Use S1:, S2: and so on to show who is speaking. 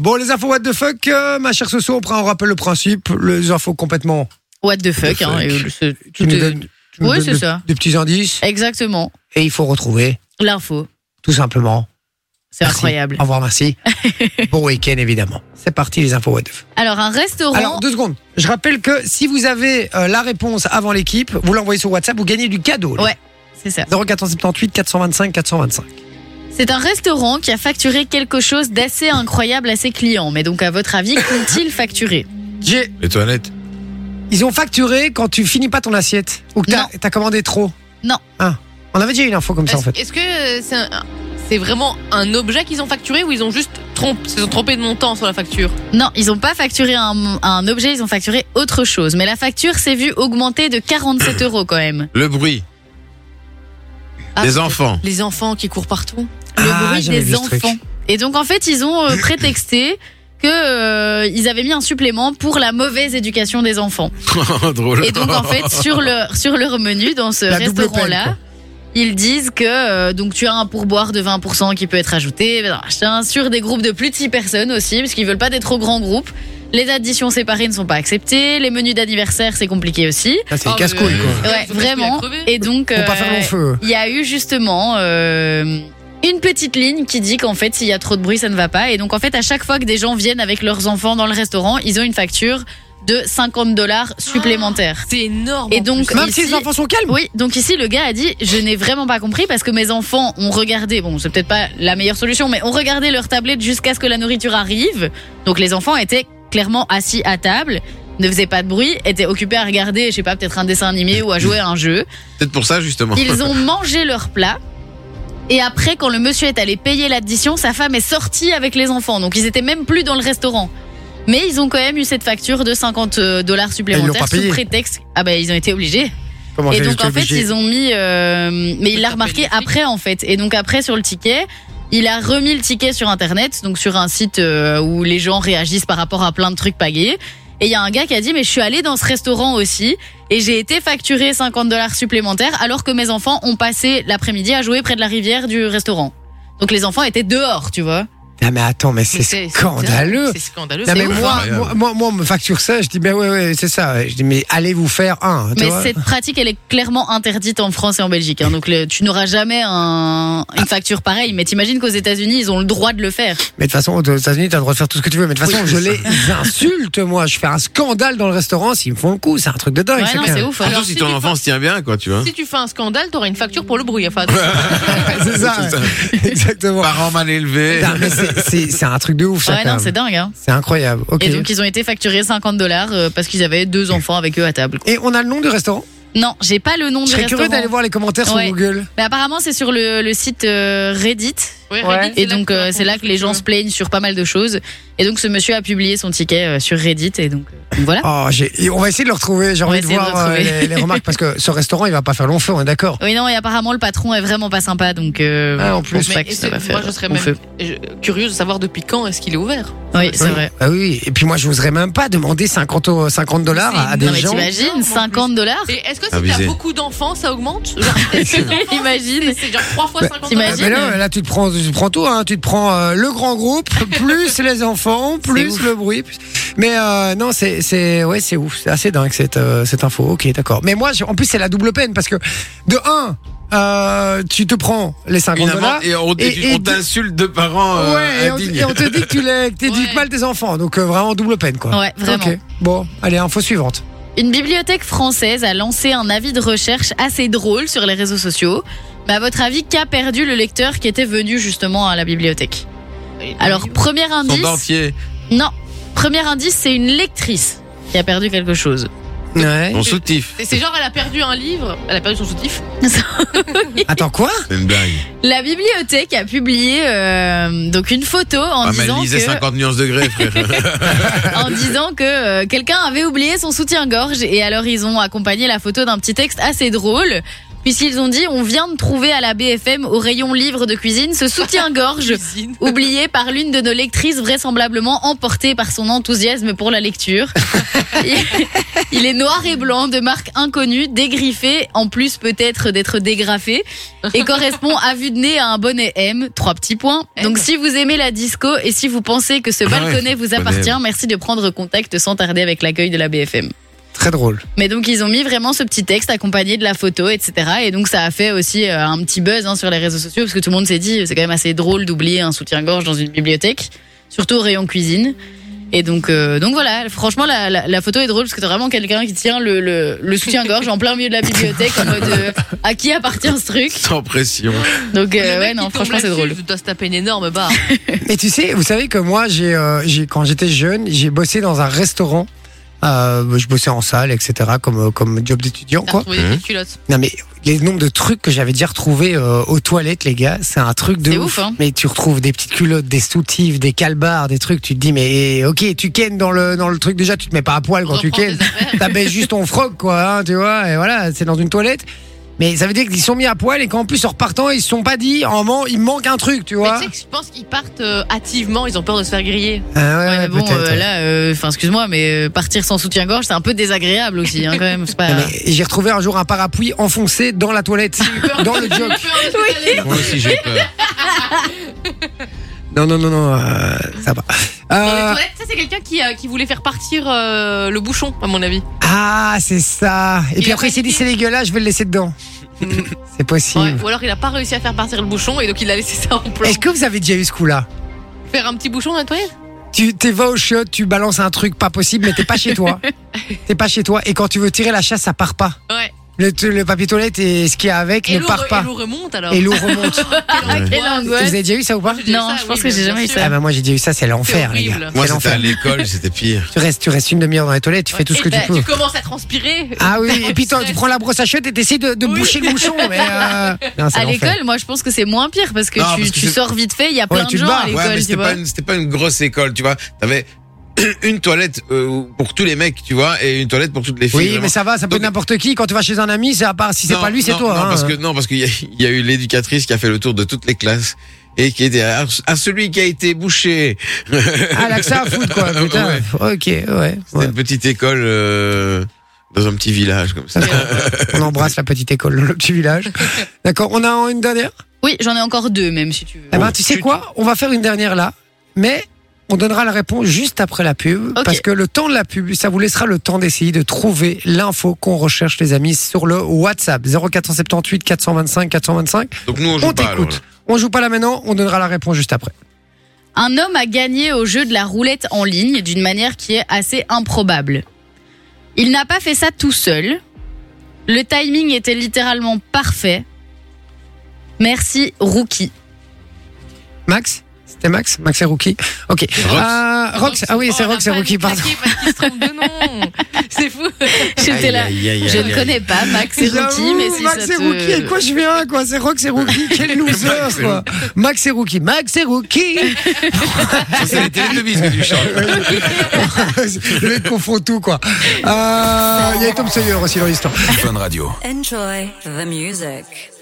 S1: Bon, les infos what the fuck, euh, ma chère Soso, on prend- on rappelle le principe, les infos complètement.
S2: What the fuck,
S1: The
S2: hein,
S1: fuck.
S2: et le- ce-
S1: Tu nous
S2: tout-
S1: donnes, tu nous
S2: Ouais,
S1: donnes
S2: c'est
S1: des-
S2: ça.
S1: des petits indices
S2: Exactement.
S1: et il faut retrouver,
S2: L'info,
S1: tout simplement.
S2: c'est
S1: Merci.
S2: incroyable.
S1: Au revoir, merci. bon week-end, évidemment. C'est parti, les infos what the fuck.
S2: Alors un restaurant,
S1: Alors, deux secondes. Je rappelle que si vous avez euh, la réponse avant l'équipe, vous l'envoyez sur WhatsApp, vous gagnez du cadeau. là.
S2: Ouais. c'est ça.
S1: 0478 425 425.
S2: C'est un restaurant qui a facturé quelque chose d'assez incroyable à ses clients. Mais donc à votre avis, qu'ont-ils facturé
S1: J'ai-
S3: Les toilettes.
S1: Ils ont facturé quand tu finis pas ton assiette ou que t'as
S2: Non.
S1: t'as commandé trop.
S2: Non.
S1: Ah. On avait déjà eu une info comme ça, en
S4: Est-ce
S1: fait.
S4: est-ce que euh, c'est un- c'est vraiment un objet qu'ils ont facturé ou ils ont juste trompé, se sont trompés de montant sur la facture
S2: Non, ils n'ont pas facturé un, un objet, ils ont facturé autre chose. Mais la facture s'est vue augmenter de 47 euros quand même.
S3: Le bruit.
S4: Ah,
S3: les enfants.
S4: Les enfants qui courent partout
S2: Le
S1: Ah,
S2: bruit
S1: j'avais vu
S2: des
S1: ce truc.
S2: enfants. Et donc en fait, ils ont euh, prétexté que euh, ils avaient mis un supplément pour la mauvaise éducation des enfants.
S3: Drôle.
S2: Et donc en fait sur leur sur leur menu dans ce
S1: La double
S2: restaurant
S1: peine,
S2: là, ils disent que euh, donc tu as un pourboire de 20% qui peut être ajouté machin, sur des groupes de plus de 6 personnes aussi parce qu'ils veulent pas des trop grands groupes. Les additions séparées ne sont pas acceptées, les menus d'anniversaire c'est compliqué aussi.
S1: Ah, c'est
S4: Ah,
S1: casse-couille,
S4: mais-
S1: quoi.
S2: Ouais,
S4: Ils ont
S2: vraiment.
S4: presque crevé.
S2: Et donc
S1: Pour pas
S2: euh,
S1: faire long feu.
S2: il y a eu justement euh, une petite ligne qui dit qu'en fait, s'il y a trop de bruit, ça ne va pas. Et donc, en fait, à chaque fois que des gens viennent avec leurs enfants dans le restaurant, ils ont une facture de 50 dollars supplémentaires.
S4: C'est énorme.
S2: Et
S4: en
S2: donc,
S4: plus.
S1: Même si
S2: ici-
S1: les enfants sont calmes.
S2: Oui, donc ici, le gars a dit Je n'ai vraiment pas compris parce que mes enfants ont regardé, bon, c'est peut-être pas la meilleure solution, mais ont regardé leur tablette jusqu'à ce que la nourriture arrive. Donc, les enfants étaient clairement assis à table, ne faisaient pas de bruit, étaient occupés à regarder, je sais pas, peut-être un dessin animé ou à jouer à un jeu.
S3: Peut-être pour ça, justement.
S2: Ils ont mangé leur plat. Et après, quand le monsieur est allé payer l'addition, sa femme est sortie avec les enfants. Donc ils étaient même plus dans le restaurant. Mais ils ont quand même eu cette facture de 50 dollars
S1: Et ils l'ont pas
S2: supplémentaires sous
S1: payé.
S2: prétexte. Ah ben ils ont été obligés.
S1: Comment
S2: et
S1: j'ai
S2: donc
S1: été
S2: en fait
S1: obligé
S2: ils ont mis. euh, mais il l'a remarqué
S4: les flics.
S2: après en fait. Et donc après sur le ticket, il a remis le ticket sur internet, donc sur un site euh, où les gens réagissent par rapport à plein de trucs pagayés. Et il y a un gars qui a dit mais je suis allé dans ce restaurant aussi et j'ai été facturé 50 dollars supplémentaires alors que mes enfants ont passé l'après-midi à jouer près de la rivière du restaurant. Donc les enfants étaient dehors, tu vois.
S1: Non, mais attends, mais c'est
S4: Mais c'est- c'est
S1: scandaleux.
S4: C'est scandaleux.
S1: Non,
S4: c'est
S1: mais
S4: ouf,
S1: moi,
S4: hein.
S3: incroyable.
S1: moi, moi, moi, on me facture ça, je dis, ben ouais, ouais, c'est ça. Je dis, mais allez vous faire un. tu
S2: Mais
S1: vois.
S2: cette pratique, elle est clairement interdite en France et en Belgique. hein. Donc le- tu n'auras jamais un- une facture pareille. Mais t'imagines qu'aux États-Unis, ils ont le droit de le faire.
S1: Mais de toute façon, aux États-Unis, t'as le droit de faire tout ce que tu veux. Mais de toute façon,
S3: Oui,
S1: je
S3: c'est
S1: les insulte, moi. Je fais un scandale dans le restaurant s'ils me font le coup. Ah C'est un truc de dingue.
S2: Ouais, non,
S1: clair.
S2: c'est ouf. hein.
S3: Surtout
S4: Alors,
S3: si
S4: si
S3: ton
S4: tu
S3: enfant se tient bien, quoi, tu vois.
S4: Si tu fais un scandale, t'auras une facture pour le bruit. Enfin,
S1: c'est ça.
S3: C'est ça.
S1: ouais. Exactement.
S3: Parents mal élevés.
S1: Non, mais c'est- C'est c'est un truc de ouf, ça.
S2: Ouais,
S1: quand
S2: non,
S1: même.
S2: c'est dingue. Hein.
S1: C'est incroyable. Ok.
S2: Et donc, ils ont été facturés 50 dollars euh, parce qu'ils avaient deux enfants avec eux à table. quoi.
S1: Et on a le nom du restaurant.
S2: Non, j'ai pas le nom
S1: Je
S2: du
S1: serais
S2: restaurant.
S1: curieux d'aller voir les commentaires sur
S2: Ouais.
S1: Google.
S2: Mais apparemment, c'est sur le, le site euh, Reddit.
S4: Ouais,
S1: Ouais.
S4: Reddit,
S2: Et donc, euh, c'est là que les gens se plaignent sur pas mal de choses. Et donc, ce monsieur a publié son ticket euh, sur Reddit. Et donc, euh, voilà.
S1: Oh, j'ai- et on va essayer de le retrouver. J'ai envie de
S2: essayer de le
S1: voir euh,
S2: retrouver.
S1: les, les remarques parce que ce restaurant, il va pas faire long feu, on est d'accord.
S2: Oui, non, et apparemment, le patron est vraiment pas sympa. Donc, euh,
S1: Ah, en
S2: je
S1: plus.
S2: pense pas
S4: Mais
S2: que
S4: est-ce-
S2: ça va faire.
S4: moi, je serais
S2: bon
S4: même
S2: feu.
S4: je- curieuse de savoir depuis quand est-ce qu'il est ouvert.
S2: Oui, c'est
S1: Oui.
S2: vrai.
S1: Ah oui, et puis moi, je n'oserais même pas demander 50 euros- 50 dollars à
S4: C'est
S1: des
S2: Non, mais
S1: gens.
S4: Non,
S2: t'imagines,
S4: en plus.
S2: 50 dollars
S4: Et est-ce que si
S3: Abusé.
S4: t'as beaucoup d'enfants, ça augmente Genre, t'as six enfants,
S2: Imagine.
S4: c'est- C'est genre 3 fois
S1: Bah,
S4: 50
S1: Ah,
S2: t'imagines
S1: Mais là, là, tu te prends, tu te prends tout, hein. tu te prends euh, le grand groupe, plus les enfants, plus
S2: ouf.
S1: le bruit. plus- Mais euh, non, c'est, c'est, ouais, c'est ouf, c'est assez dingue cette, euh, cette info. Ok, d'accord. Mais moi, je- en plus, c'est la double peine parce que de un, euh, tu te prends les 50
S3: Une
S1: dollars.
S3: amende et on,
S1: Et-
S3: tu-
S1: et
S3: on t'insulte de parents euh,
S1: Ouais, et on,
S3: indignes.
S1: et on te dit que tu les, que t'éduques
S4: Ouais.
S1: mal tes enfants, donc euh, vraiment double peine quoi.
S2: Ouais, vraiment.
S1: Ok. Bon, allez, info suivante.
S2: Une bibliothèque française a lancé un avis de recherche assez drôle sur les réseaux sociaux. Mais à votre avis, qu'a perdu le lecteur qui était venu justement à la bibliothèque
S1: Bah,
S2: Alors, premier
S3: Son
S2: indice.
S3: dentier.
S2: Non. Premier indice, c'est une lectrice qui a perdu quelque chose.
S1: Ouais.
S3: Son soutif.
S4: Et c'est genre, elle a perdu un livre, elle a perdu son soutif.
S1: Attends quoi
S3: C'est une blague.
S2: La bibliothèque a publié euh, donc une photo en
S3: Ah, mais elle
S2: disant
S3: lisait
S2: que
S3: 50 nuances de degrés, frère.
S2: en disant que euh, quelqu'un avait oublié son soutien-gorge et alors ils ont accompagné la photo d'un petit texte assez drôle puisqu'ils ont dit on vient de trouver à la BFM au rayon livre de cuisine ce soutien-gorge
S4: Cuisine.
S2: oublié par l'une de nos lectrices, vraisemblablement emportée par son enthousiasme pour la lecture. Il- Il est noir et blanc, de marque inconnue, dégriffé, en plus peut-être d'être dégrafé, et correspond à vue de nez à un bonnet M, trois petits points. Donc
S4: M.
S2: si vous aimez la disco et si vous pensez que ce
S3: Ah ouais,
S2: balconnet vous appartient,
S3: bonnet
S2: merci de prendre contact sans tarder avec l'accueil de la BFM.
S1: Très drôle.
S2: Mais donc ils ont mis vraiment ce petit texte accompagné de la photo, etc. Et donc ça a fait aussi euh, un petit buzz hein, sur les réseaux sociaux parce que tout le monde s'est dit c'est quand même assez drôle d'oublier un soutien-gorge dans une bibliothèque, surtout au rayon cuisine. Et donc, euh, donc voilà, franchement, la, la- la photo est drôle parce que t'as vraiment quelqu'un qui tient le, le- le soutien-gorge en plein milieu de la bibliothèque en mode euh, à qui appartient ce truc
S3: Sans pression.
S2: Donc euh,
S4: Le mec
S2: ouais,
S4: qui
S2: non,
S4: tombe
S2: franchement, c'est
S4: là-dessus,
S2: drôle.
S4: Je dois se taper une énorme barre.
S1: Et tu sais, vous savez que moi, j'ai, euh, j'ai- quand j'étais jeune, j'ai bossé dans un restaurant. Euh, je bossais en salle, etc., comme, euh, comme job d'étudiant,
S4: T'as
S1: quoi.
S2: Ah.
S4: retrouvé des petites culottes.
S1: Non, mais les nombres de trucs que j'avais déjà retrouvés euh, aux toilettes, les gars, c'est un truc de
S2: C'est
S1: ouf.
S2: ouf, hein.
S1: Mais tu retrouves des petites culottes, des soutifs, des calbars, des trucs. Tu te dis, mais eh, ok, tu kennes dans le, dans le truc déjà, tu te mets pas à poil quand tu
S4: Reprends tes
S1: kennes.
S4: affaires.
S1: T'abaisses juste ton froc, quoi, hein, tu vois, et voilà, c'est dans une toilette. Mais ça veut dire qu'ils sont mis à poil et qu'en plus, en repartant, ils se sont pas dit, en moment, il me manque un truc, tu
S4: Mais
S1: vois.
S4: tu sais que je pense qu'ils partent euh, hâtivement, ils ont peur de se faire griller.
S1: Ah
S2: Ouais,
S1: ouais,
S2: mais
S1: ouais,
S2: bon,
S1: peut-être,
S2: euh,
S1: ouais.
S2: là, euh, enfin, excuse-moi, mais euh, partir sans soutien-gorge, c'est un peu désagréable aussi, hein, quand même. C'est pas...
S1: Non, mais J'ai retrouvé un jour un parapluie enfoncé dans la toilette, dans le joke.
S3: Moi aussi, j'ai peur.
S1: Non, non, non, non, euh, ça va.
S4: Dans les
S1: Euh,
S4: toilettes, ça c'est quelqu'un qui, euh, qui voulait faire partir euh, le bouchon, à mon avis.
S1: ah, c'est ça. Et
S4: Il
S1: puis
S4: a
S1: après, il s'est dit,
S4: validé.
S1: c'est dégueulasse, je vais le laisser dedans. c'est possible.
S4: Ouais, Ou alors il a pas réussi à faire partir le bouchon et donc il a laissé ça en plan.
S1: Est-ce que vous avez déjà eu ce coup-là
S4: Faire un petit bouchon dans la toilette
S1: Tu t'es vas au chiottes, tu balances un truc pas possible, mais t'es pas chez toi. T'es pas chez toi. Et quand tu veux tirer la chasse, ça part pas.
S4: Ouais.
S1: Le, le papier toilette et ce qu'il y a avec
S4: Et
S1: ne
S4: l'eau
S1: part
S4: re-
S1: pas.
S4: et l'eau remonte alors. Ah,
S1: Et l'eau remonte.
S3: Ouais.
S2: Quelle
S1: Vous
S2: angoisse.
S1: avez déjà eu ça ou pas
S4: J'ai déjà
S2: Non,
S4: eu ça,
S2: je pense
S4: oui,
S2: que j'ai
S4: bien
S2: jamais eu
S4: sûr.
S2: ça.
S1: Ah bah moi j'ai déjà eu ça, c'est l'enfer les gars.
S4: horrible.
S3: Moi,
S1: C'est
S3: c'était à
S1: l'enfer.
S3: l'école, c'était pire.
S1: Tu restes, tu restes une demi-heure dans les toilettes, tu fais tout ce
S4: Et
S1: que
S4: bah,
S1: tu peux.
S4: Tu commences à transpirer.
S1: Ah oui, et puis t'en- tu prends la brosse à chiottes et t'essayes de, de
S4: Oui.
S1: boucher le bouchon. Mais euh, non, c'est
S2: À
S1: l'enfer.
S2: l'école, moi, je pense que c'est moins pire parce que
S3: Non,
S2: tu,
S3: parce que
S2: tu
S3: c'est-
S2: sors vite fait, il y a
S1: Ouais,
S2: plein
S1: tu
S2: de
S1: te
S2: gens
S1: barres,
S2: à
S3: Ouais, mais
S2: l'école, tu
S3: c'était pas,
S2: vois.
S3: une- c'était pas une grosse école, tu vois. T'avais une toilette euh, pour tous les mecs, tu vois, et une toilette pour toutes les filles.
S1: Oui,
S3: vraiment.
S1: mais ça va, ça peut
S3: Donc-
S1: être n'importe qui. Quand tu vas chez un ami, c'est à part si c'est
S3: Non,
S1: pas lui, c'est
S3: non,
S1: toi.
S3: Non,
S1: hein.
S3: parce que non, parce qu'il y, a- il y a eu l'éducatrice qui a fait le tour de toutes les classes et qui était à, à celui qui a été bouché.
S1: Ah, là, que ça à foutre, quoi. Putain.
S3: Ouais.
S1: Ok, ouais.
S3: C'était
S1: ouais.
S3: une petite école euh, dans un petit village comme ça.
S4: Et, euh,
S1: On embrasse la petite école, le petit village. D'accord, on a une dernière
S2: Oui, j'en ai encore deux, même si tu veux.
S1: Eh ben, tu sais quoi On va faire une dernière là, mais on donnera la réponse juste après la pub,
S2: Ok.
S1: parce que le temps de la pub, ça vous laissera le temps d'essayer de trouver l'info qu'on recherche, les amis, sur le WhatsApp 0478 425 425.
S3: Donc nous on joue
S1: On
S3: pas. alors, là.
S1: t'écoute. On joue pas là maintenant, on donnera la réponse juste après.
S2: Un homme a gagné au jeu de la roulette en ligne d'une manière qui est assez improbable. Il n'a pas fait ça tout seul. Le timing était littéralement parfait. Merci, Rookie.
S1: Max C'était Max Max et Rookie Ok.
S3: Rox.
S1: Euh, Rox, ah oui, c'est
S4: Oh,
S1: Rox
S4: on
S1: et
S4: a pas
S1: Rookie,
S4: les
S1: pardon.
S4: claquer parce qu'ils se trompent de nom. C'est fou.
S2: J'étais
S3: Aïe,
S2: là.
S3: aïe, aïe, aïe,
S2: Je
S3: aïe.
S2: ne connais pas Max et Rookie,
S1: J'avoue,
S2: mais si
S1: Max
S2: ça
S1: et
S2: te-
S1: Rookie, et quoi je viens quoi C'est Rox et Rookie, quel loser
S3: Max et
S1: quoi Max et Rookie, Max et Rookie
S3: Ça, C'est les télénovices que tu chantes.
S1: Le mec confond tout, quoi. Euh, Il y a Tom Sawyer aussi dans l'histoire.
S5: Enjoy the music.